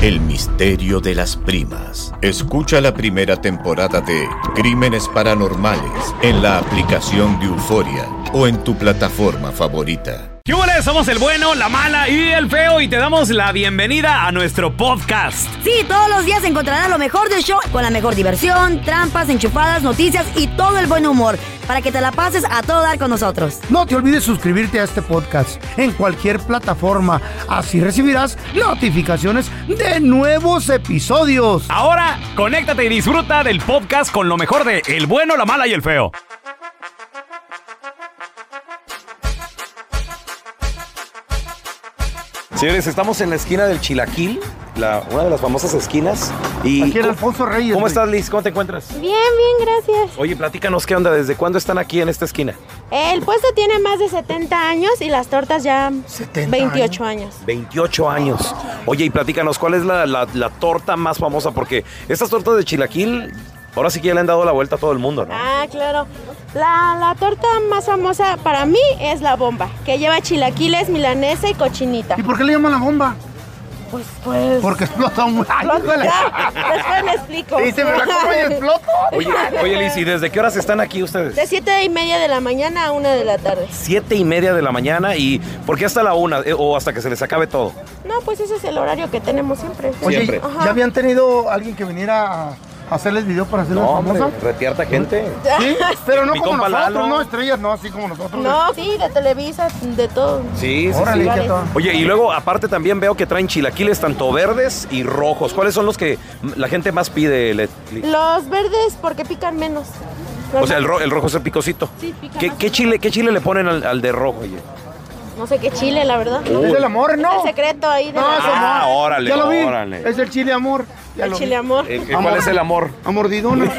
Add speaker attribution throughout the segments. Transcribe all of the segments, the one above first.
Speaker 1: El misterio de las primas. Escucha la primera temporada de Crímenes Paranormales en la aplicación de Euforia o en tu plataforma favorita.
Speaker 2: ¿Qué hubo, le? Somos el bueno, la mala y el feo y te damos la bienvenida a nuestro podcast.
Speaker 3: Sí, todos los días encontrarás lo mejor del show con la mejor diversión, trampas, enchufadas, noticias y todo el buen humor para que te la pases a todo dar con nosotros.
Speaker 4: No te olvides suscribirte a este podcast en cualquier plataforma. Así recibirás notificaciones de nuevos episodios.
Speaker 2: Ahora, conéctate y disfruta del podcast con lo mejor de El bueno, la mala y el feo.
Speaker 5: Señores, estamos en la esquina del Chilaquil, la- una de las famosas esquinas. Y
Speaker 4: Aquí en
Speaker 5: ¿cómo-
Speaker 4: Alfonso Reyes.
Speaker 5: ¿Cómo
Speaker 4: güey.
Speaker 5: estás, Liz? ¿Cómo te encuentras?
Speaker 6: Bien, bien, gracias.
Speaker 5: Oye, platícanos qué onda, ¿desde cuándo están aquí en esta esquina?
Speaker 6: El puesto tiene más de 70 años y las tortas ya 28 años.
Speaker 5: 28 años. Oye, y platícanos, ¿cuál es la, la- la torta más famosa? Porque estas tortas de Chilaquil, ahora sí que ya le han dado la vuelta a todo el mundo, ¿no?
Speaker 6: Ah, claro. La, la torta más famosa para mí es la bomba, que lleva chilaquiles, milanesa y cochinita.
Speaker 4: ¿Y por qué le llaman la bomba?
Speaker 6: Pues, pues...
Speaker 4: Porque explota un... ¡Ay, duele!
Speaker 6: Ya, después me explico.
Speaker 4: Dice, me la como y exploto.
Speaker 5: Oye, oye, Liz, ¿y desde qué horas están aquí ustedes?
Speaker 6: De 7 y media de la mañana a 1 de la tarde.
Speaker 5: Siete y media de la mañana y ¿por qué hasta la una Eh, o hasta que se les acabe todo?
Speaker 6: No, pues ese es el horario que tenemos siempre.
Speaker 5: Siempre.
Speaker 6: Ajá.
Speaker 4: ¿ya habían tenido alguien que viniera a hacerles video para hacerles
Speaker 5: No, hombre,
Speaker 4: famosa?
Speaker 5: retierta gente.
Speaker 4: Sí, pero no
Speaker 5: Mi
Speaker 4: como
Speaker 5: compa
Speaker 4: nosotros,
Speaker 5: Lalo.
Speaker 4: no estrellas, no así como nosotros. Ah,
Speaker 6: No, sí, de Televisa, de todo.
Speaker 5: Sí, sí,
Speaker 4: Órale,
Speaker 5: sí.
Speaker 4: qué tal.
Speaker 5: Oye, y luego aparte también veo que traen chilaquiles tanto verdes y rojos. ¿Cuáles son los que m- la gente más pide? Le- li-
Speaker 6: Los verdes porque pican menos.
Speaker 5: o sea, el, ro- el rojo es el picosito.
Speaker 6: Sí, pica
Speaker 5: ¿Qué,
Speaker 6: más.
Speaker 5: qué chile, ¿Qué chile le ponen al, al de rojo? Oye?
Speaker 6: No sé qué chile, la verdad.
Speaker 4: Es el amor,
Speaker 6: Es
Speaker 4: ¿no?
Speaker 6: el secreto ahí de
Speaker 4: No,
Speaker 6: la-
Speaker 4: es amor.
Speaker 5: Ah, órale,
Speaker 4: ya lo vi.
Speaker 5: órale.
Speaker 4: Es el chile amor. Ya
Speaker 6: el
Speaker 4: lo vi.
Speaker 6: chile amor.
Speaker 5: Eh, eh, ¿Cuál es el amor?
Speaker 4: Amordidona.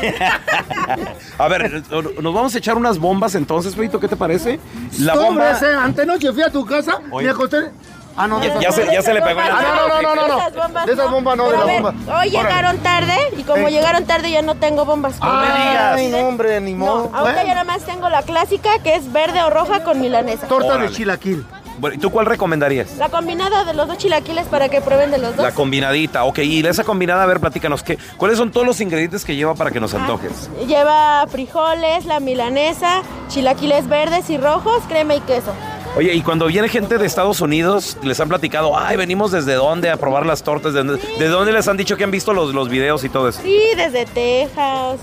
Speaker 5: A ver, eh, nos vamos a echar unas bombas entonces, Feito, ¿qué te parece? La
Speaker 4: Hombre,
Speaker 5: bomba...
Speaker 4: ese, antenoche fui a tu casa
Speaker 5: Oye.
Speaker 4: me acosté. Ah, no, de
Speaker 5: Ya-
Speaker 4: esas
Speaker 5: ya se-
Speaker 4: bombas.
Speaker 5: le pegó en la-
Speaker 4: Ah, no, no, no, no, no.
Speaker 6: Esas bombas
Speaker 4: De esas bombas no, de
Speaker 6: Pero a
Speaker 4: las
Speaker 6: ver,
Speaker 4: bombas.
Speaker 6: Hoy
Speaker 4: Órale.
Speaker 6: llegaron tarde y como
Speaker 4: Eh.
Speaker 6: llegaron tarde ya no tengo bombas.
Speaker 4: Ay, no, hombre, ni
Speaker 6: No,
Speaker 4: modo.
Speaker 6: ahorita
Speaker 4: Bueno,
Speaker 6: yo nada más tengo la clásica que es verde o roja con milanesa.
Speaker 4: torta de
Speaker 5: Órale.
Speaker 4: chilaquil.
Speaker 5: Bueno, ¿y ¿Tú cuál recomendarías?
Speaker 6: La combinada de los dos chilaquiles para que prueben de los dos.
Speaker 5: La combinadita, ok. Y esa combinada, a ver, platícanos, ¿qué, ¿cuáles son todos los ingredientes que lleva para que
Speaker 6: Ah.
Speaker 5: nos antojes?
Speaker 6: Lleva frijoles, la milanesa, chilaquiles verdes y rojos, crema y queso.
Speaker 5: Oye, y cuando viene gente de Estados Unidos, les han platicado, ay, venimos desde dónde a probar las tortas, de, de dónde les han dicho que han visto los, los videos y todo eso.
Speaker 6: Sí, desde Texas.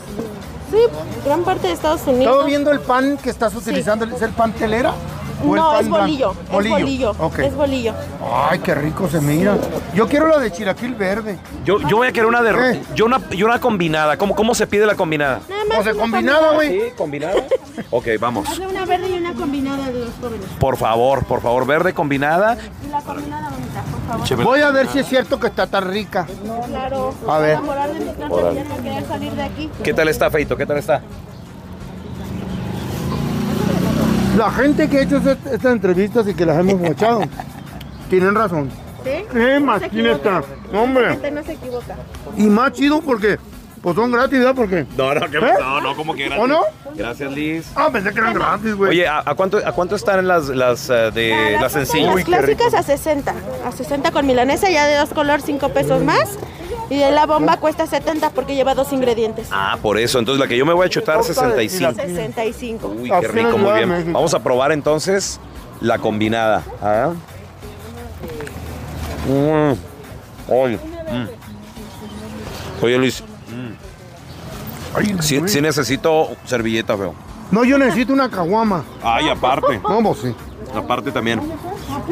Speaker 6: Sí, gran parte de Estados Unidos.
Speaker 4: Estaba viendo el pan que estás utilizando. ¿Es el pan telera? o el
Speaker 6: No,
Speaker 4: pan
Speaker 6: es bolillo,
Speaker 4: blanco?
Speaker 6: es bolillo,
Speaker 4: Ok.
Speaker 6: es bolillo.
Speaker 4: Ay, qué rico se mira. Yo quiero la de chilaquil verde.
Speaker 5: Yo, yo voy a querer una de
Speaker 4: Eh.
Speaker 5: yo una, yo una combinada. ¿Cómo, ¿Cómo se pide la combinada?
Speaker 6: Nada
Speaker 4: O sea,
Speaker 6: una
Speaker 4: combinada, Ah, güey.
Speaker 5: combinada. ok, vamos.
Speaker 6: Hazle una verde y una combinada de los los jóvenes.
Speaker 5: Por favor, por favor, verde combinada.
Speaker 6: Y la combinada bonita, por favor.
Speaker 4: Voy a ver si es cierto que está tan rica.
Speaker 6: Claro.
Speaker 4: A ver.
Speaker 6: Enamorar de mi carta,
Speaker 5: Órale.
Speaker 6: ya no querer salir de aquí.
Speaker 5: ¿Qué tal está, Feito? ¿Qué tal está?
Speaker 4: La gente que ha hecho este- estas entrevistas y que las hemos mochado, tienen razón.
Speaker 6: ¿Sí?
Speaker 4: Eh,
Speaker 6: No
Speaker 4: más
Speaker 6: se
Speaker 4: tiene
Speaker 6: equivoca.
Speaker 4: esta. No, hombre.
Speaker 6: La gente no se equivoca.
Speaker 4: Y más chido porque pues son gratis, ¿verdad? Porque.
Speaker 5: No, no, que-
Speaker 4: ¿Eh?
Speaker 5: no, no, como que gratis.
Speaker 4: ¿O no?
Speaker 5: Gracias, Liz.
Speaker 4: Ah, pensé que eran gratis, güey.
Speaker 5: Oye, ¿a, a cuánto, a cuánto están las, las eh, de las sencillas?
Speaker 6: Las clásicas a 60. A 60 con milanesa, ya de dos color, 5 pesos más. Y de la bomba cuesta 70 porque lleva dos ingredientes.
Speaker 5: Ah, por eso. Entonces la que yo me voy a chutar 65.
Speaker 6: 65.
Speaker 5: Uy, qué rico, muy bien. Vamos a probar entonces la combinada. ¿ah? Mm. Oye, mm. Oye, Luis,
Speaker 4: Ay,
Speaker 5: sí,
Speaker 4: güey.
Speaker 5: sí necesito servilleta, feo.
Speaker 4: No, yo necesito una caguama.
Speaker 5: Ay, aparte,
Speaker 4: No, pues sí.
Speaker 5: aparte también.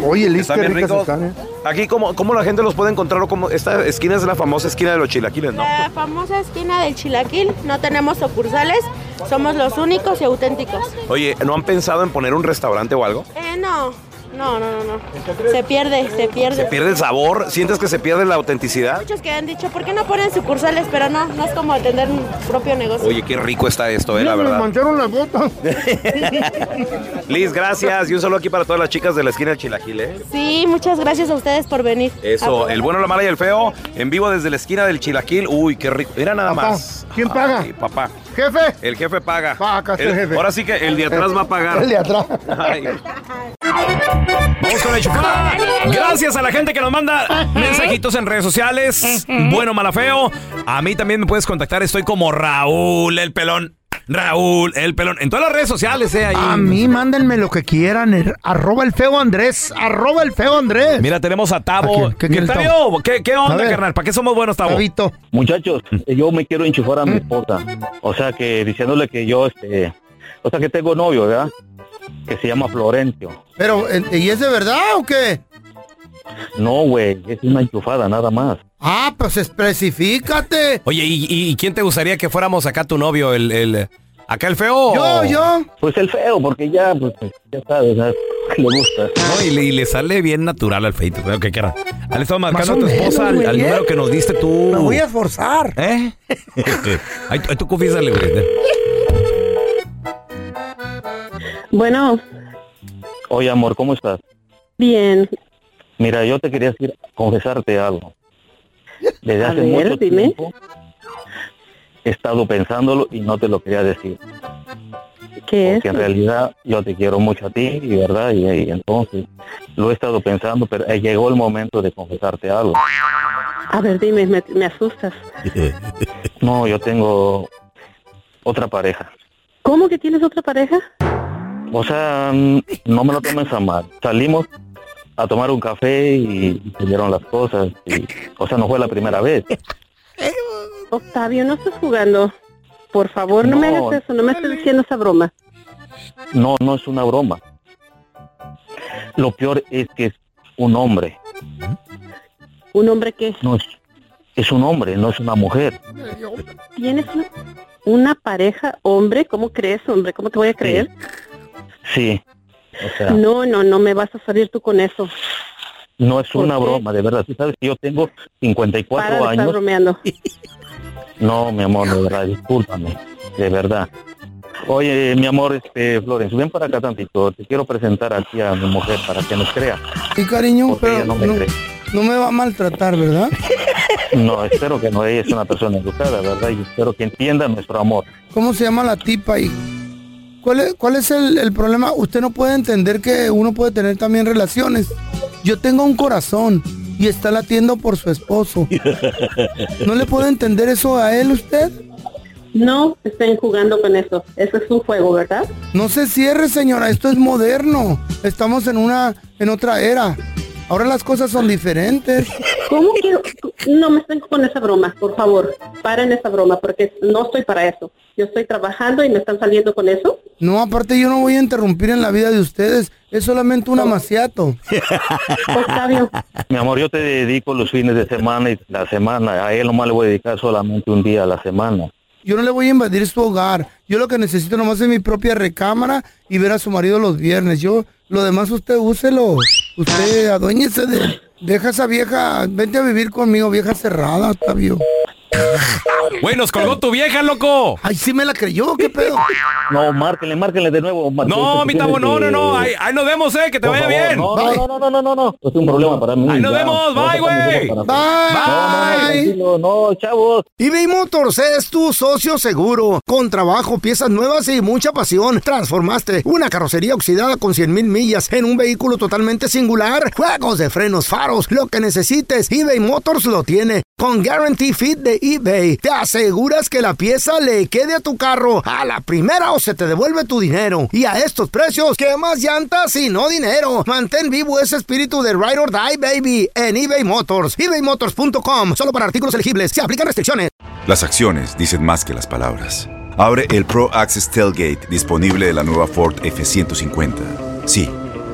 Speaker 4: Oye, Liz,
Speaker 5: Está
Speaker 4: qué
Speaker 5: bien
Speaker 4: ricas
Speaker 5: rico.
Speaker 4: están, ¿eh?
Speaker 5: Aquí, ¿cómo, ¿cómo la gente los puede encontrar? ¿O cómo? Esta esquina es la famosa esquina de los chilaquiles, ¿no?
Speaker 6: La famosa esquina del chilaquil, no tenemos sucursales, somos los únicos y auténticos.
Speaker 5: Oye, ¿no han pensado en poner un restaurante o algo?
Speaker 6: Eh, no, no, no, no, no. Se pierde, se pierde.
Speaker 5: ¿Se pierde el sabor? ¿Sientes que se pierde la autenticidad?
Speaker 6: Muchos que han dicho, ¿por qué no ponen sucursales? Pero no, no es como atender un propio negocio.
Speaker 5: Oye, qué rico está esto, eh,
Speaker 4: Mira,
Speaker 5: la
Speaker 4: me
Speaker 5: verdad.
Speaker 4: mancharon las botas.
Speaker 5: Liz, gracias. Y un saludo aquí para todas las chicas de la esquina del chilaquil, ¿eh?
Speaker 6: Sí, muchas gracias a ustedes por venir.
Speaker 5: Eso,
Speaker 6: A-
Speaker 5: el bueno, la mala y el feo, en vivo desde la esquina del Chilaquil. Uy, qué rico. Era nada
Speaker 4: Papá,
Speaker 5: más.
Speaker 4: ¿quién paga?
Speaker 5: Ay, papá.
Speaker 4: Jefe.
Speaker 5: El jefe paga.
Speaker 4: Paga, sí,
Speaker 5: El-
Speaker 4: jefe.
Speaker 5: Ahora sí que el de atrás va a pagar.
Speaker 4: El de atrás.
Speaker 5: Ay.
Speaker 7: Vamos con el Chupacá. Gracias a la gente que nos manda mensajitos en redes sociales. Bueno, malafeo. A mí también me puedes contactar. Estoy como Raúl el pelón. Raúl el pelón. En todas las redes sociales, eh. Ahí.
Speaker 4: A mí mándenme lo que quieran. er- Arroba el feo Andrés. Arroba el feo Andrés.
Speaker 7: Mira, tenemos a
Speaker 4: ¿A
Speaker 7: Tavo.
Speaker 4: quién? ¿Qué quiere el
Speaker 7: Tavo? ¿Qué, qué
Speaker 4: A
Speaker 7: onda,
Speaker 4: ver.
Speaker 7: carnal? ¿Para qué somos buenos, Tavo?
Speaker 4: Tabito.
Speaker 8: Muchachos, eh, yo me quiero enchufar a
Speaker 4: Mm.
Speaker 8: mi esposa. O sea que diciéndole que yo, este, o sea que tengo novio, ¿verdad? Que se llama Florencio.
Speaker 4: Pero, eh, ¿y es de verdad o qué?
Speaker 8: No, güey, es una enchufada nada más.
Speaker 4: Ah, pues especifícate.
Speaker 7: Oye, ¿y, y- y quién te gustaría que fuéramos acá tu novio? El, el- ¿Acá el feo?
Speaker 4: Yo, yo.
Speaker 8: Pues el feo, porque ya, pues, ya sabes, ¿verdad? le gusta.
Speaker 7: No, y, le, y le sale bien natural al feito. Creo que quiera. Ah, Le estaba marcando
Speaker 4: o
Speaker 7: a tu
Speaker 4: menos,
Speaker 7: esposa al,
Speaker 4: güey,
Speaker 7: al
Speaker 4: ¿eh?
Speaker 7: número que nos diste tú.
Speaker 4: Me voy a esforzar.
Speaker 7: ¿Eh? Ay, tú- ay, tú confiésale, güey.
Speaker 6: Bueno,
Speaker 8: Oye, amor, ¿cómo estás?
Speaker 6: bien.
Speaker 8: Mira, yo te quería decir, confesarte algo. Desde
Speaker 6: A
Speaker 8: hace
Speaker 6: ver,
Speaker 8: mucho
Speaker 6: dime.
Speaker 8: tiempo he estado pensándolo y no te lo quería decir.
Speaker 6: ¿Qué
Speaker 8: Porque en realidad yo te quiero mucho a ti, y ¿verdad? Y, y entonces lo he estado pensando, pero eh, llegó el momento de confesarte algo.
Speaker 6: A ver, dime, me, asustas.
Speaker 8: No, yo tengo otra pareja.
Speaker 6: ¿Cómo que tienes otra pareja?
Speaker 8: O sea, mm, no me lo tomes a mal. Salimos a tomar un café y se dieron las cosas. y- o sea, no fue la primera vez.
Speaker 6: Octavio, no estás jugando. Por favor,
Speaker 8: no me No. hagas
Speaker 6: eso, no me estés diciendo esa broma.
Speaker 8: No, no es una broma. Lo peor es que es un hombre.
Speaker 6: ¿Un hombre que
Speaker 8: No es, es un hombre, no es una mujer.
Speaker 6: ¿Tienes una, pareja hombre? ¿Cómo crees, hombre? ¿Cómo te voy a
Speaker 8: creer? Sí. O sea,
Speaker 6: No, no, no me vas a salir tú con eso.
Speaker 8: no es
Speaker 6: ¿por
Speaker 8: una
Speaker 6: qué?
Speaker 8: broma, de verdad. Tú sabes que yo tengo 54
Speaker 6: Para de estar
Speaker 8: años.
Speaker 6: bromeando.
Speaker 8: No, mi amor, de verdad, discúlpame, de verdad. Oye, mi amor, este, Florence, ven para acá tantito. Te quiero presentar aquí a mi mujer para que nos crea,
Speaker 4: Sí, cariño,
Speaker 8: porque
Speaker 4: pero
Speaker 8: ella no
Speaker 4: no,
Speaker 8: me cree.
Speaker 4: no me va a maltratar, ¿verdad?
Speaker 8: No, espero que no. Ella es una persona educada, ¿verdad? Y espero que entienda nuestro amor.
Speaker 4: ¿Cómo se llama la tipa y cuál es, cuál es el, el problema? Usted no puede entender que uno puede tener también relaciones. Yo tengo un corazón y está latiendo por su esposo. ¿No le puede entender eso a él usted?
Speaker 6: No estén jugando con eso. Eso es un juego, ¿verdad?
Speaker 4: No se cierre, señora, esto es moderno. Estamos en una en otra era. Ahora las cosas son diferentes.
Speaker 6: ¿Cómo que no me estén con esa broma? Por favor, paren esa broma porque no estoy para eso. Yo estoy trabajando y me están saliendo con eso.
Speaker 4: No, aparte yo no voy a interrumpir en la vida de ustedes. Es solamente un amaciato.
Speaker 6: Octavio,
Speaker 8: Mi amor, yo te dedico los fines de semana y la semana. A él nomás le voy a dedicar solamente un día a la semana.
Speaker 9: yo no le voy a invadir su hogar. Yo lo que necesito nomás es mi propia recámara y ver a su marido los viernes. Yo, lo demás usted úselo. Usted aduéñese de... Deja esa vieja, vente a vivir conmigo, vieja cerrada, Octavio.
Speaker 5: Güey, nos colgó tu vieja, loco.
Speaker 9: Ay, sí me la creyó, qué pedo.
Speaker 8: No, márquenle, márquenle de nuevo.
Speaker 5: No, mi tabo, no, no, no. Ahí, ahí nos vemos, eh. Que te vaya bien.
Speaker 8: No, no, no, no, no, no, no. Esto es un problema para mí.
Speaker 5: Ahí nos
Speaker 8: ya.
Speaker 5: vemos.
Speaker 8: No,
Speaker 5: Bye, güey.
Speaker 8: para-
Speaker 4: Bye.
Speaker 8: No, no, chavos.
Speaker 4: eBay Motors es tu socio seguro. Con trabajo, piezas nuevas y mucha pasión. Transformaste una carrocería oxidada con 100 mil millas en un vehículo totalmente singular. Juegos de frenos, faros, lo que necesites. eBay Motors lo tiene. Con Guarantee Fit de eBay, te aseguras que la pieza le quede a tu carro a la primera o se te devuelve tu dinero. Y a estos precios, ¿qué más llantas y no dinero? Mantén vivo ese espíritu de Ride or Die, baby, en eBay Motors. ebaymotors.com, solo para artículos elegibles. Se aplican restricciones.
Speaker 10: Las acciones dicen más que las palabras. Abre el Pro Access Tailgate disponible de la nueva Ford F-150. Sí,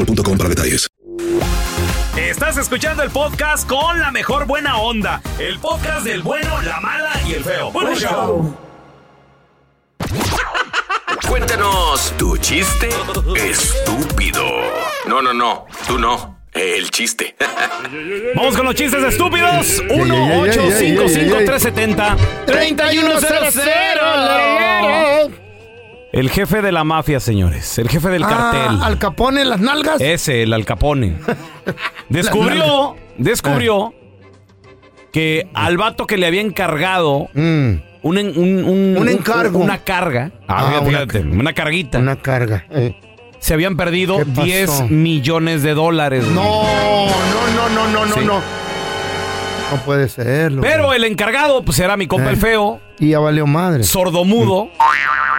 Speaker 11: para detalles.
Speaker 5: Estás escuchando el podcast con la mejor buena onda. El podcast del bueno, la mala y el feo. Bueno, show.
Speaker 12: Cuéntanos tu chiste estúpido. No, no, no, tú no. El chiste.
Speaker 5: Vamos con los chistes estúpidos.
Speaker 12: ey, ey, ey.
Speaker 5: 1-855-370.
Speaker 9: 3100.
Speaker 5: El jefe de la mafia, señores. El jefe del cartel. Eh.
Speaker 9: Ah, al Capone las nalgas.
Speaker 5: Ese, el alcapone. descubrió, descubrió
Speaker 9: Ah.
Speaker 5: que al vato que le había encargado
Speaker 4: Mm,
Speaker 5: un, en- un- un-
Speaker 9: Un encargo.
Speaker 5: Una carga.
Speaker 9: Ah,
Speaker 5: fíjate,
Speaker 9: una
Speaker 5: fíjate, una, carguita. Una
Speaker 9: carga. eh.
Speaker 5: Se habían perdido
Speaker 9: ¿Qué pasó?
Speaker 5: 10 millones de dólares.
Speaker 9: No, no, no, no, no, no,
Speaker 5: Sí.
Speaker 9: no. No puede ser. loco.
Speaker 5: Pero el encargado, pues era mi compa
Speaker 9: Eh.
Speaker 5: el feo,
Speaker 9: Y ya valió madre.
Speaker 5: sordomudo.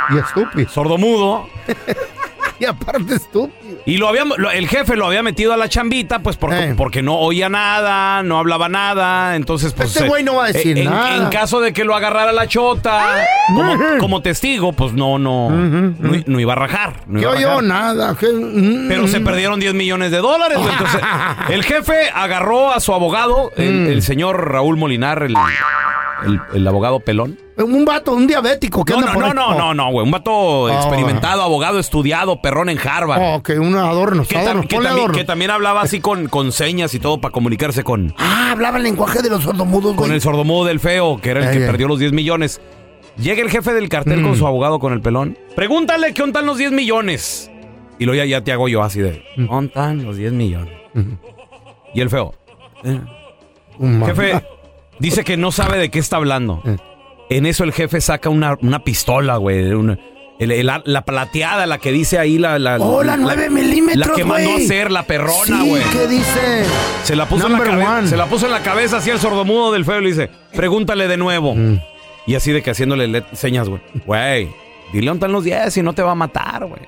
Speaker 9: Y estúpido.
Speaker 5: Sordomudo.
Speaker 9: y aparte estúpido. Eh.
Speaker 5: Y lo había, lo- el jefe lo había metido a la chambita, pues porque, porque no oía nada, no hablaba nada. Entonces, pues.
Speaker 9: Este
Speaker 5: eh,
Speaker 9: güey no va a decir
Speaker 5: en-
Speaker 9: nada.
Speaker 5: En caso de que lo agarrara la chota, como, como testigo, pues no, no, no, i- no iba a rajar. no
Speaker 9: ¿Qué
Speaker 5: iba a
Speaker 9: oyó?
Speaker 5: rajar.
Speaker 9: Nada. mm,
Speaker 5: Pero se perdieron 10 millones de dólares. güey. Entonces, el jefe agarró a su abogado,
Speaker 9: Mm.
Speaker 5: el, el señor Raúl Molinar, el, el- el abogado pelón.
Speaker 9: Un vato, un diabético. ¿Qué
Speaker 5: No,
Speaker 9: anda
Speaker 5: no,
Speaker 9: por
Speaker 5: no,
Speaker 9: ahí?
Speaker 5: no, no, no, güey. Un vato
Speaker 9: Ah.
Speaker 5: experimentado, abogado estudiado, perrón en Harvard.
Speaker 9: Oh, ok, un adorno.
Speaker 5: Que, tam-
Speaker 9: adorno,
Speaker 5: que
Speaker 9: ponle
Speaker 5: también,
Speaker 9: adorno.
Speaker 5: que también hablaba así con, con señas y todo para comunicarse con,
Speaker 9: Ah, hablaba el lenguaje de los sordomudos,
Speaker 5: con
Speaker 9: güey. Eh,
Speaker 5: el sordomudo del feo, que era el que perdió los 10 millones. Llega el jefe del cartel
Speaker 9: Mm.
Speaker 5: con su abogado con el pelón. Pregúntale qué ontan los 10 millones. Y luego ya, ya te hago yo así de. Ontan los 10 millones. Y el feo. eh, Jefe, dice que no sabe de qué está hablando.
Speaker 9: Eh.
Speaker 5: En eso el jefe saca una, una pistola, güey. una- el- el- la, la plateada, la que dice ahí la... la
Speaker 9: Oh, la 9 milímetros,
Speaker 5: La que mandó a
Speaker 9: güey.
Speaker 5: hacer, la perrona,
Speaker 9: Sí,
Speaker 5: güey.
Speaker 9: ¿qué dice?
Speaker 5: Se la puso en la
Speaker 9: Number
Speaker 5: cabeza.
Speaker 9: one.
Speaker 5: Se la puso en la cabeza así el sordomudo del feo y le dice, pregúntale de nuevo.
Speaker 9: Mm.
Speaker 5: Y así de que haciéndole le- señas, güey. Güey, dile dónde están los 10 y no te va a matar, güey.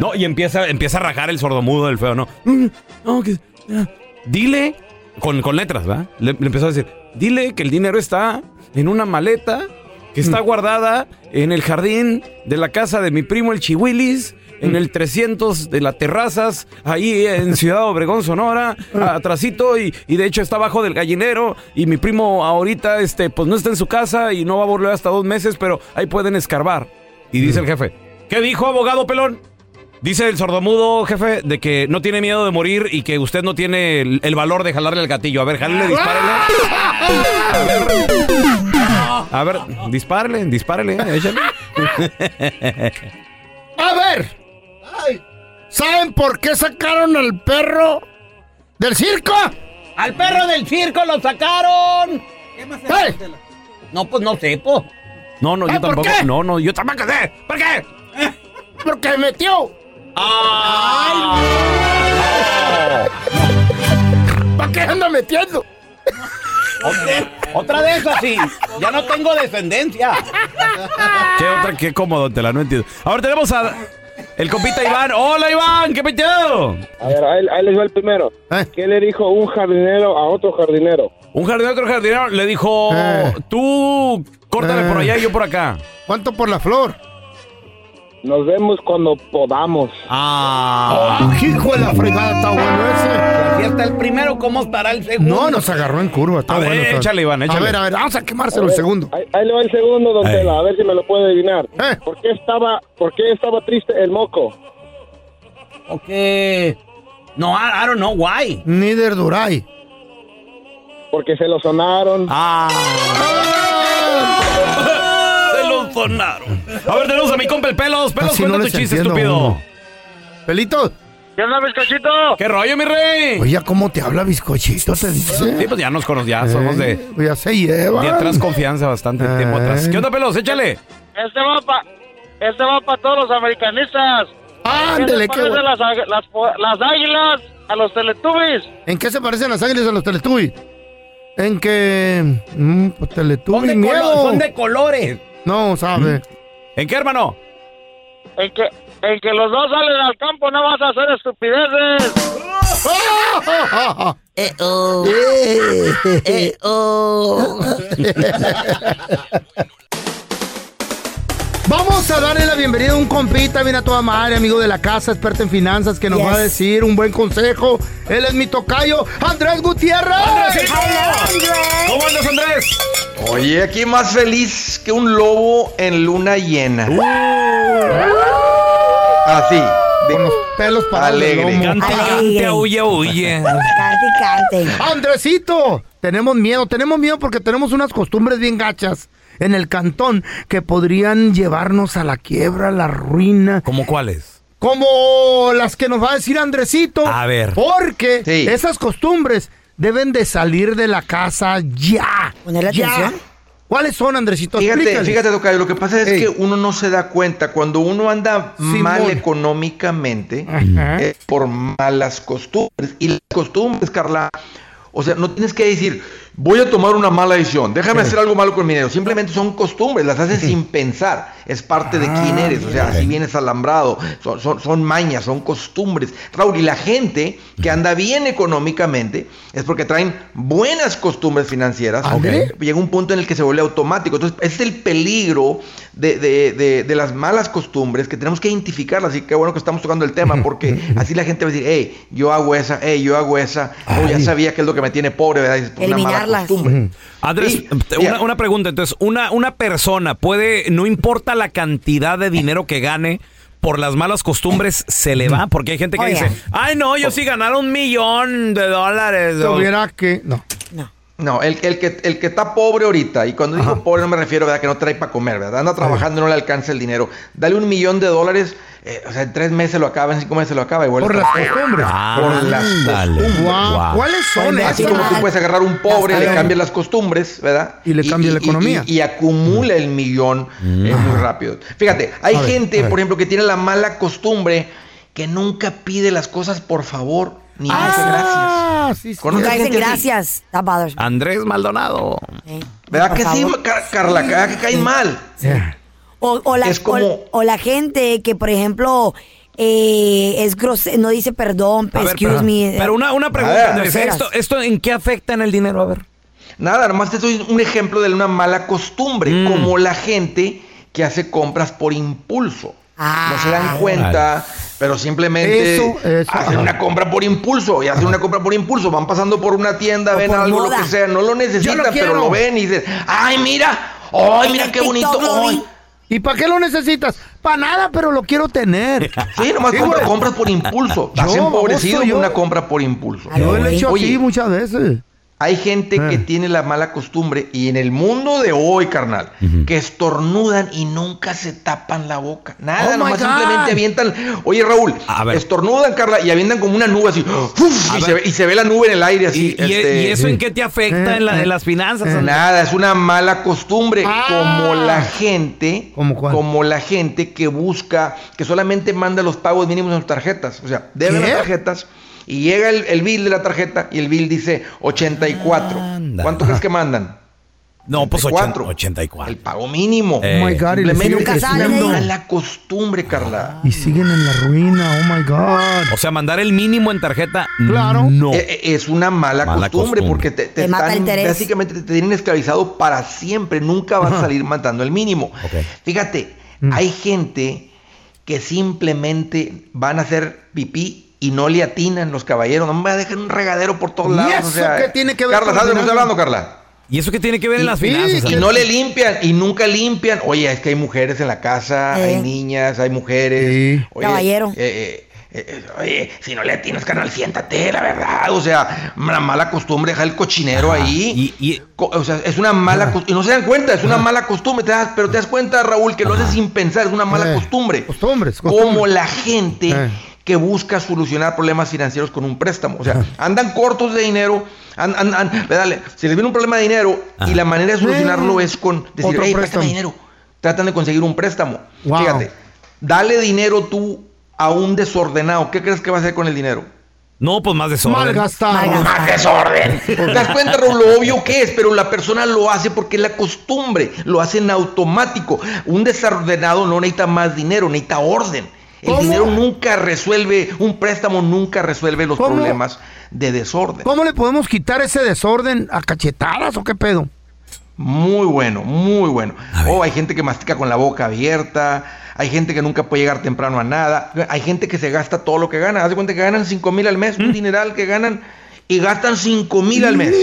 Speaker 5: No, y empieza, empieza a rajar el sordomudo del feo, ¿no? Mm, no, que- ah. Dile, con, con letras, ¿verdad? Le, le empezó a decir, dile que el dinero está en una maleta que está guardada en el jardín de la casa de mi primo el Chihuilis, en el 300 de las terrazas, ahí en Ciudad Obregón, Sonora, atrasito, y, y de hecho está abajo del gallinero, y mi primo ahorita, este, pues no está en su casa y no va a volver hasta dos meses, pero ahí pueden escarbar. Y dice el jefe, ¿qué dijo abogado pelón? Dice el sordomudo, jefe, de que no tiene miedo de morir y que usted no tiene el, el valor de jalarle el gatillo. A ver, jálele, dispárele. A ver, dispárele, dispárele, eh, échale.
Speaker 9: A ver. ¿Saben por qué sacaron al perro
Speaker 4: ¿Del circo?
Speaker 13: ¡Al perro del circo lo sacaron! ¿Qué más No, pues no sé, po.
Speaker 5: No, no, yo tampoco. No, no, yo tampoco sé.
Speaker 13: ¿Por qué?
Speaker 4: Porque metió.
Speaker 13: ¿Para qué anda metiendo? Otra de esas, sí. Ya no tengo descendencia.
Speaker 5: Qué otra, qué cómodo, te la no entiendo. Ahora tenemos a el compita Iván. Hola Iván, qué peteado.
Speaker 14: A ver, ahí, ahí les va el primero.
Speaker 1: Ah.
Speaker 14: ¿Qué le dijo un jardinero a otro jardinero?
Speaker 5: Un jardinero, otro jardinero le dijo,
Speaker 4: Eh,
Speaker 5: tú córtale por allá y yo por acá.
Speaker 4: Ah. ¿Cuánto por la flor?
Speaker 14: Nos vemos cuando podamos.
Speaker 5: Ah.
Speaker 4: hijo de la fregada, está bueno ese.
Speaker 13: Si hasta el primero, ¿cómo estará el segundo?
Speaker 4: No, nos agarró en curva. Está
Speaker 5: A ver,
Speaker 4: bueno. está-
Speaker 5: Eh, échale, Iván,
Speaker 4: A
Speaker 5: échale.
Speaker 4: ver, a ver, vamos a quemárselo
Speaker 14: A
Speaker 4: el
Speaker 14: ver,
Speaker 4: segundo. Eh.
Speaker 14: Ahí, ahí le va el segundo, don
Speaker 4: Ahí.
Speaker 14: Tela, a ver si me lo puede adivinar. ¿Por, qué estaba, ¿Por qué estaba triste el moco?
Speaker 13: Porque... No, I, I don't know why.
Speaker 4: Neither do I.
Speaker 14: Porque se lo sonaron.
Speaker 5: Ah.
Speaker 4: Ah,
Speaker 5: Se lo sonaron. A ver, tenemos a mi compa el pelos. Pelos,
Speaker 4: Casi
Speaker 5: cuenta
Speaker 4: no
Speaker 5: tu
Speaker 4: les
Speaker 5: chiste,
Speaker 4: entiendo a
Speaker 5: estúpido.
Speaker 4: uno. Pelito.
Speaker 5: ¿Qué onda, bizcochito? ¿Qué rollo, mi rey?
Speaker 4: Oye, Pues ¿cómo te habla bizcochito? Te dice. Eh, pues
Speaker 5: Sí, pues ya nos conocemos, ya somos de,
Speaker 4: Ya se Eh,
Speaker 5: de
Speaker 4: lleva.
Speaker 5: atrás confianza bastante tiempo atrás. ¿Qué onda, pelos? Échale.
Speaker 15: Este va para este va para todos los americanistas.
Speaker 4: Ándele,
Speaker 15: Este
Speaker 4: qué
Speaker 15: parece
Speaker 4: bueno.
Speaker 15: las, águ- las, po- las águilas a los teletubbies.
Speaker 4: ¿En qué se parecen las águilas a los teletubbies? En que. mm, pues teletubbies, miedo.
Speaker 13: Colo- son de colores.
Speaker 4: No, sabe.
Speaker 5: ¿En qué, hermano?
Speaker 15: En que, en que los dos salen al campo no vas a hacer estupideces.
Speaker 13: Eh, oh.
Speaker 4: Eh,
Speaker 15: oh.
Speaker 4: Vamos a darle la bienvenida a un compita, viene a toda madre, amigo de la casa, experto en finanzas, que nos va a decir un buen consejo. Él es mi tocayo, Andrés Gutiérrez.
Speaker 5: ¿Cómo andas, Andrés?
Speaker 16: Oye, aquí más feliz que un lobo en luna llena. Así. Uh. Con los pelos Alegre.
Speaker 5: Te huye, huye.
Speaker 4: Andresito, tenemos miedo, tenemos miedo porque tenemos unas costumbres bien gachas en el cantón que podrían llevarnos a la quiebra, a la ruina.
Speaker 5: ¿Cómo cuáles?
Speaker 4: Como las que nos va a decir Andresito.
Speaker 5: A ver.
Speaker 4: Porque esas costumbres deben de salir de la casa ya.
Speaker 3: ¿Ponerle
Speaker 4: ya.
Speaker 16: atención?
Speaker 4: ¿Cuáles son, Andresito?
Speaker 16: Fíjate,
Speaker 4: Explícale.
Speaker 16: fíjate, Tocayo, lo que pasa es que uno no se da cuenta. Cuando uno anda mal económicamente, es por malas costumbres. Y las costumbres, Carla, o sea, no tienes que decir, voy a tomar una mala decisión, déjame hacer algo malo con mi dinero. Simplemente son costumbres, las haces sin pensar. Es parte de quién eres, o sea, así vienes alambrado. Son, son- son mañas, son costumbres. Raúl, y la gente que anda bien económicamente es porque traen buenas costumbres financieras.
Speaker 4: Ándale.
Speaker 16: Ok llega un punto en el que se vuelve automático. Entonces, ese es el peligro de, de- de- de las malas costumbres que tenemos que identificarlas. Así que bueno que estamos tocando el tema, porque así la gente va a decir, hey, yo hago esa, hey, yo hago esa. O ya sabía que es lo que me tiene pobre, ¿verdad? Es una mala costumbre.
Speaker 5: Andrés,
Speaker 16: Sí,
Speaker 5: eh, te- una, una pregunta. Entonces, una, una persona puede, no importa la cantidad de dinero que gane, por las malas costumbres se le va, porque hay gente que
Speaker 4: Oh,
Speaker 5: dice, ay no, yo sí ganara un millón de dólares.
Speaker 16: Te
Speaker 5: o-
Speaker 16: hubiera-
Speaker 4: Ah, que- No.
Speaker 16: No, el, el que, el que está pobre ahorita, y cuando digo pobre no me refiero a que no trae para comer, ¿verdad? Anda trabajando y no le alcanza el dinero. Dale un millón de dólares, eh, o sea, en tres meses lo acaba, en cinco meses lo acaba. Igual
Speaker 4: Por las costumbres.
Speaker 16: Por las
Speaker 4: Ándale.
Speaker 16: costumbres.
Speaker 4: Guau. Guau. ¿Cuáles son
Speaker 16: Así
Speaker 4: esas?
Speaker 16: como tú puedes agarrar un pobre,
Speaker 4: Ándale.
Speaker 16: le cambias las costumbres, ¿verdad?
Speaker 4: Y le cambia la economía.
Speaker 16: Y, y acumula el millón eh, muy rápido. Fíjate, hay
Speaker 4: A ver,
Speaker 16: gente,
Speaker 4: a ver.
Speaker 16: por ejemplo, que tiene la mala costumbre que nunca pide las cosas por favor, ni dice gracias.
Speaker 4: Ah, sí, sí.
Speaker 16: Conoces
Speaker 3: Nunca dicen
Speaker 16: gente así.
Speaker 3: gracias. That bothers me.
Speaker 5: Andrés Maldonado.
Speaker 16: ¿Verdad
Speaker 3: Por
Speaker 16: que sí,
Speaker 3: favor.
Speaker 16: Car- Carla? ¿Verdad que caen mal?
Speaker 5: Eh.
Speaker 3: O, o la,
Speaker 16: Es como-
Speaker 3: o- o la gente que, por ejemplo, eh, es grose- no dice perdón,
Speaker 5: A ver,
Speaker 3: excuse
Speaker 5: pero-
Speaker 3: me. eh,
Speaker 5: Pero una, una
Speaker 16: A
Speaker 5: pregunta,
Speaker 16: ver.
Speaker 5: Andrés, ¿esto, ¿esto en qué afecta en el dinero? A ver.
Speaker 16: Nada, nomás te doy un ejemplo de una mala costumbre, como la gente que hace compras por impulso. no se dan cuenta, pero simplemente
Speaker 4: Eso, eso,
Speaker 16: hacen
Speaker 4: ajá.
Speaker 16: una compra por impulso y hacen una compra por impulso. Van pasando por una tienda, ven
Speaker 4: por
Speaker 16: algo,
Speaker 4: moda.
Speaker 16: lo que sea, no lo necesitan,
Speaker 4: Yo lo
Speaker 16: pero
Speaker 4: quiero.
Speaker 16: lo ven y dicen, ¡ay, mira! ¡Ay, mira qué bonito! ¡Ay!
Speaker 4: ¿Y para qué lo necesitas? Para nada, pero lo quiero tener.
Speaker 16: Sí, nomás compra-
Speaker 4: güey.
Speaker 16: compras por impulso. Estás
Speaker 4: Yo,
Speaker 16: empobrecido con
Speaker 4: baboso, yo.
Speaker 16: una compra por impulso.
Speaker 4: Yo lo he hecho
Speaker 16: Oye,
Speaker 4: así muchas veces.
Speaker 16: Hay gente que
Speaker 17: Ah.
Speaker 16: tiene la mala costumbre y en el mundo de hoy, carnal, que estornudan y nunca se tapan la boca. Nada,
Speaker 17: Oh,
Speaker 16: nomás
Speaker 17: my God.
Speaker 16: simplemente avientan. Oye, Raúl, estornudan, Carla, y avientan como una nube así. ¡uf! y, se ve, y se ve la nube en el aire así.
Speaker 5: ¿Y,
Speaker 16: este-
Speaker 5: y eso en qué te afecta en, la- en las finanzas?
Speaker 16: Eh,
Speaker 5: hombre? Ah.
Speaker 16: Nada, es una mala costumbre. Como la gente, como la gente que busca, que solamente manda los pagos mínimos en sus tarjetas. O sea, debe las tarjetas y llega el, el bill de la tarjeta y el bill dice 84. ¿Cuánto crees que mandan?
Speaker 5: No, pues
Speaker 16: 84.
Speaker 5: 84. El
Speaker 16: pago mínimo.
Speaker 5: Eh.
Speaker 9: Oh my God, y le siguen
Speaker 16: Simplemente es una
Speaker 9: creciendo.
Speaker 16: mala costumbre, Carla.
Speaker 9: Y siguen en la ruina, oh my God.
Speaker 5: O sea, mandar el mínimo en tarjeta.
Speaker 16: Claro.
Speaker 5: No.
Speaker 16: E, Es una mala,
Speaker 5: Mala
Speaker 16: costumbre,
Speaker 5: costumbre.
Speaker 16: porque te, te
Speaker 5: Te mata el
Speaker 16: están-
Speaker 5: interés.
Speaker 16: básicamente te tienen esclavizado para siempre. Nunca vas a salir matando el mínimo. Fíjate,
Speaker 5: Mm.
Speaker 16: hay gente que simplemente van a hacer pipí y no le atinan los caballeros. No me dejan un regadero por todos
Speaker 5: ¿Y
Speaker 16: lados.
Speaker 5: eso qué tiene que ver
Speaker 16: Carla,
Speaker 5: con
Speaker 16: ¿sabes de lo que estoy
Speaker 5: finanzas?
Speaker 16: hablando, Carla?
Speaker 5: ¿Y eso qué tiene que ver en
Speaker 16: Y-
Speaker 5: las
Speaker 16: sí,
Speaker 5: finanzas?
Speaker 16: Y
Speaker 5: Andrés?
Speaker 16: no le limpian, y nunca limpian. Oye, es que hay mujeres en la casa,
Speaker 3: Eh.
Speaker 16: hay niñas, hay mujeres. Oye,
Speaker 3: Caballero.
Speaker 16: eh, eh, eh, oye, si no le atinas, carnal, siéntate, la verdad. Ah, O sea, la mala costumbre, dejar el cochinero ahí. Co- o sea, es una mala costumbre. Y no se dan cuenta, es una mala costumbre. Te das- pero te das cuenta, Raúl, que lo haces sin pensar, es una
Speaker 9: Eh,
Speaker 16: mala costumbre. Costumbres, Como la gente que busca solucionar problemas financieros con un préstamo. O sea, andan cortos de dinero. an- an- an- ¿verdad? si les viene un problema de dinero y la manera de solucionarlo
Speaker 9: Eh,
Speaker 16: es con decir,
Speaker 9: otro
Speaker 16: hey,
Speaker 9: préstamo.
Speaker 16: préstame dinero. Tratan de conseguir un préstamo.
Speaker 9: Wow.
Speaker 16: Fíjate, dale dinero tú a un desordenado. ¿Qué crees que va a hacer con el dinero?
Speaker 5: No, pues más desorden.
Speaker 16: Malgastado. Pues Más desorden. ¿Te das cuenta, Raúl, lo obvio que es? Pero la persona lo hace porque es la costumbre, lo hace en automático. Un desordenado no necesita más dinero, necesita orden. El
Speaker 9: ¿Cómo?
Speaker 16: dinero nunca resuelve, un préstamo nunca resuelve los
Speaker 9: ¿Cómo?
Speaker 16: problemas de desorden.
Speaker 9: ¿Cómo le podemos quitar ese desorden a cachetadas o qué pedo?
Speaker 16: Muy bueno, muy bueno. Oh, hay gente que mastica con la boca abierta. Hay gente que nunca puede llegar temprano a nada. Hay gente que se gasta todo lo que gana. Haz de cuenta que ganan 5 mil al mes,
Speaker 9: Mm.
Speaker 16: un dineral que ganan y gastan 5 mil al mes.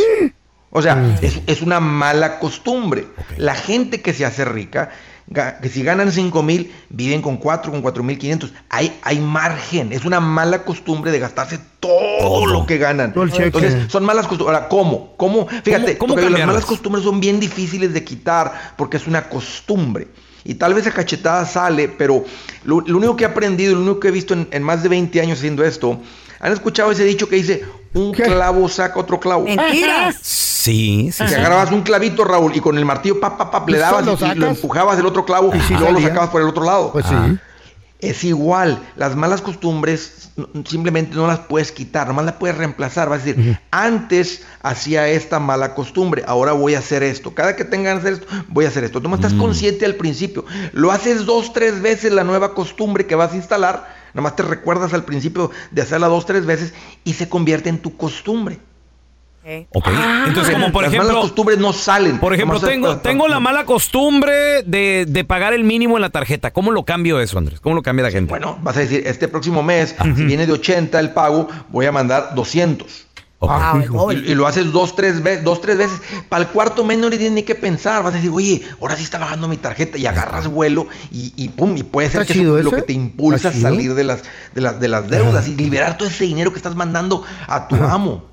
Speaker 16: O sea, es, es una mala costumbre. La gente que se hace rica, ga- que si ganan 5 mil, viven con 4, con 4 mil 500. Hay, hay margen. Es una mala costumbre de gastarse todo, lo que ganan.
Speaker 9: el cheque.
Speaker 16: Entonces, son malas costumbres. Ahora, ¿cómo? ¿Cómo? Fíjate,
Speaker 9: ¿Cómo- cómo
Speaker 16: Tocayo, las
Speaker 9: cambiarlas?
Speaker 16: malas costumbres son bien difíciles de quitar porque es una costumbre. Y tal vez a cachetada sale, pero lo, lo único que he aprendido, lo único que he visto en, en más de 20 años haciendo esto, ¿han escuchado ese dicho que dice, un clavo saca otro clavo?
Speaker 5: Sí, sí.
Speaker 16: Te
Speaker 5: sí.
Speaker 16: agarrabas un clavito, Raúl, y con el martillo, pap, pap, pap, le
Speaker 5: Eso
Speaker 16: dabas
Speaker 5: lo
Speaker 16: y- y, lo
Speaker 5: sacas.
Speaker 16: empujabas del otro clavo y
Speaker 9: sí
Speaker 16: luego lo
Speaker 9: salía.
Speaker 16: sacabas por el otro lado. Ah.
Speaker 9: Pues sí.
Speaker 16: Es igual, las malas costumbres n- simplemente no las puedes quitar, nomás las puedes reemplazar. Vas a decir, antes hacía esta mala costumbre, ahora voy a hacer esto. Cada que tengan hacer esto, voy a hacer esto. Tú no estás consciente al principio. Lo haces dos, tres veces la nueva costumbre que vas a instalar, nomás te recuerdas al principio de hacerla dos, tres veces y se convierte en tu costumbre.
Speaker 5: Ok. Ah.
Speaker 16: Ah.
Speaker 5: Entonces, como por
Speaker 16: las
Speaker 5: ejemplo,
Speaker 16: malas costumbres no salen.
Speaker 5: por ejemplo, tengo, tengo la mala costumbre de, de pagar el mínimo en la tarjeta. ¿Cómo lo cambio eso, Andrés? ¿Cómo lo cambia la gente?
Speaker 16: Bueno, vas a decir, este próximo mes, si viene de 80 el pago, voy a mandar 200.
Speaker 3: Ah, hijo.
Speaker 16: y, y lo haces dos, tres veces, dos, tres veces. Para el cuarto mes no le tienes ni que pensar. Vas a decir, oye, ahora sí está bajando mi tarjeta y agarras vuelo y, y pum, y puede ser
Speaker 9: ¿Está
Speaker 16: que eso
Speaker 9: chido
Speaker 16: es lo
Speaker 9: ese?
Speaker 16: que te impulsa a
Speaker 9: ¿Está chido?
Speaker 16: salir de las, de las, de las deudas y liberar todo ese dinero que estás mandando a tu amo.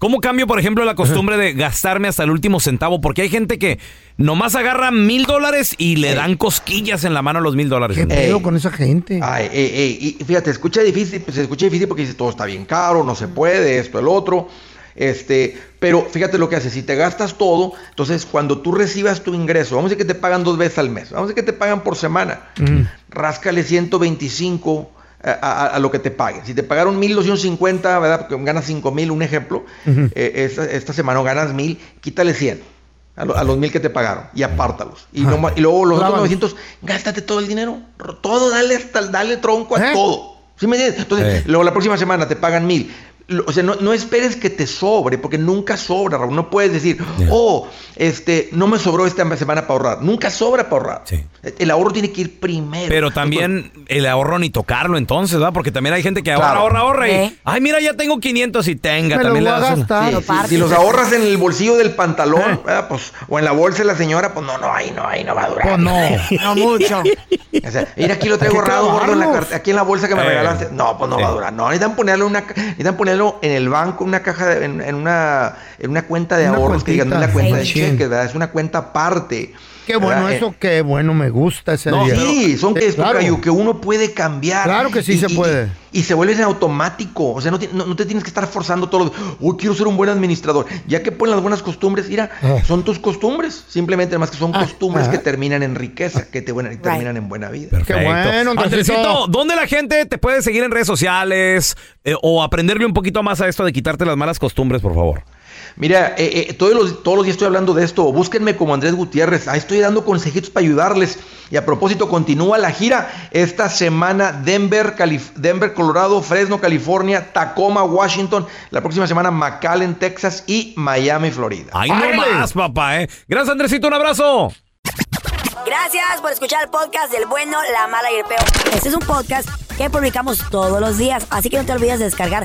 Speaker 5: ¿Cómo cambio, por ejemplo, la costumbre de gastarme hasta el último centavo? Porque hay gente que nomás agarra mil dólares y le dan cosquillas en la mano a los mil dólares.
Speaker 9: ¿Qué
Speaker 5: Andrés.
Speaker 16: Eh,
Speaker 9: pedo con esa gente?
Speaker 16: Ay, ey, ey, y fíjate, escucha difícil, pues, se escucha difícil porque dice todo está bien caro, no se puede, esto, el otro. Este, pero fíjate lo que hace, si te gastas todo, entonces cuando tú recibas tu ingreso, vamos a decir que te pagan dos veces al mes, vamos a decir que te pagan por semana, ráscale 125 a, a- a lo que te paguen. Si te pagaron 1250, ¿verdad? Porque ganas 5000, un ejemplo, eh, esta, esta semana ganas 1000, quítale 100 a, lo- a los 1000 que te pagaron y apártalos. Y,
Speaker 9: Ajá.
Speaker 16: noma- y luego los otros
Speaker 9: Clávalos.
Speaker 16: 900, gástate todo el dinero, ro- todo, dale, hasta, dale tronco a todo. ¿Sí me entiendes? Entonces, luego la próxima semana te pagan 1000. Lo- O sea, no, no esperes que te sobre, porque nunca sobra, Raúl. No puedes decir, oh, este, no me sobró esta semana para ahorrar. Nunca sobra para ahorrar. El ahorro tiene que ir primero.
Speaker 5: Pero también el ahorro ni tocarlo entonces, ¿verdad? Porque también hay gente que ahorra,
Speaker 16: Claro.
Speaker 5: ahorra, ahorra y...
Speaker 16: ¿Eh?
Speaker 5: Ay, mira, ya tengo 500 y tenga.
Speaker 16: Me los voy
Speaker 5: también le
Speaker 16: a
Speaker 5: das una-
Speaker 16: gastar. Sí, sí, si los ahorras en el bolsillo del pantalón,
Speaker 9: Eh.
Speaker 16: ¿verdad? pues, o en la bolsa de la señora, pues no, no, ahí no, ahí no va a durar.
Speaker 9: Pues no, no mucho.
Speaker 16: O sea, mira, aquí lo traigo
Speaker 9: Hay que
Speaker 16: ahorrado, gordo, en la
Speaker 9: trabajarlos.
Speaker 16: carte- aquí en la bolsa que me
Speaker 9: Eh.
Speaker 16: regalaste. No, pues no
Speaker 9: Sí.
Speaker 16: va a durar. No, necesitan ponerle una, ca- necesitan ponerle dinero en el banco, una caja de- en, en una, en una cuenta de
Speaker 9: Una
Speaker 16: ahorros, que digan, no es la
Speaker 9: cuentita.
Speaker 16: cuenta de
Speaker 9: Sí.
Speaker 16: cheque, ¿verdad? es una cuenta aparte.
Speaker 9: Qué bueno
Speaker 16: ¿verdad? Eh.
Speaker 9: eso, qué bueno, me gusta ese
Speaker 16: No,
Speaker 9: día.
Speaker 16: sí, son que,
Speaker 9: Eh, claro.
Speaker 16: tocayo, que uno puede cambiar.
Speaker 9: Claro que sí se puede.
Speaker 16: Y, se vuelve en automático. O sea, no, ti- no- no te tienes que estar forzando todo lo Uy, quiero ser un buen administrador. Ya que ponen las buenas costumbres, mira,
Speaker 9: Ah.
Speaker 16: son tus costumbres. Simplemente, más que son costumbres
Speaker 5: ah.
Speaker 16: que terminan en riqueza, que te, buena- terminan en buena vida.
Speaker 5: Perfecto. Andresito, ¿dónde la gente te puede seguir en redes sociales eh, o aprenderle un poquito más a esto de quitarte las malas costumbres, por favor?
Speaker 16: Mira, eh, eh, todos, los, todos los días estoy hablando de esto. Búsquenme como Andrés Gutiérrez. Ahí estoy dando consejitos para ayudarles. Y a propósito, continúa la gira esta semana. Denver, Calif- Denver, Colorado, Fresno, California, Tacoma, Washington. La próxima semana, McAllen, Texas y Miami, Florida.
Speaker 5: Ahí no más, papá, ¿eh? Gracias, Andresito, un abrazo.
Speaker 3: Gracias por escuchar el podcast del bueno, la mala y el peor. Este es un podcast que publicamos todos los días, así que no te olvides de descargar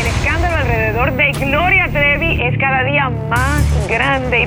Speaker 17: El escándalo alrededor de Gloria Trevi es cada día más grande y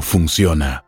Speaker 18: funciona.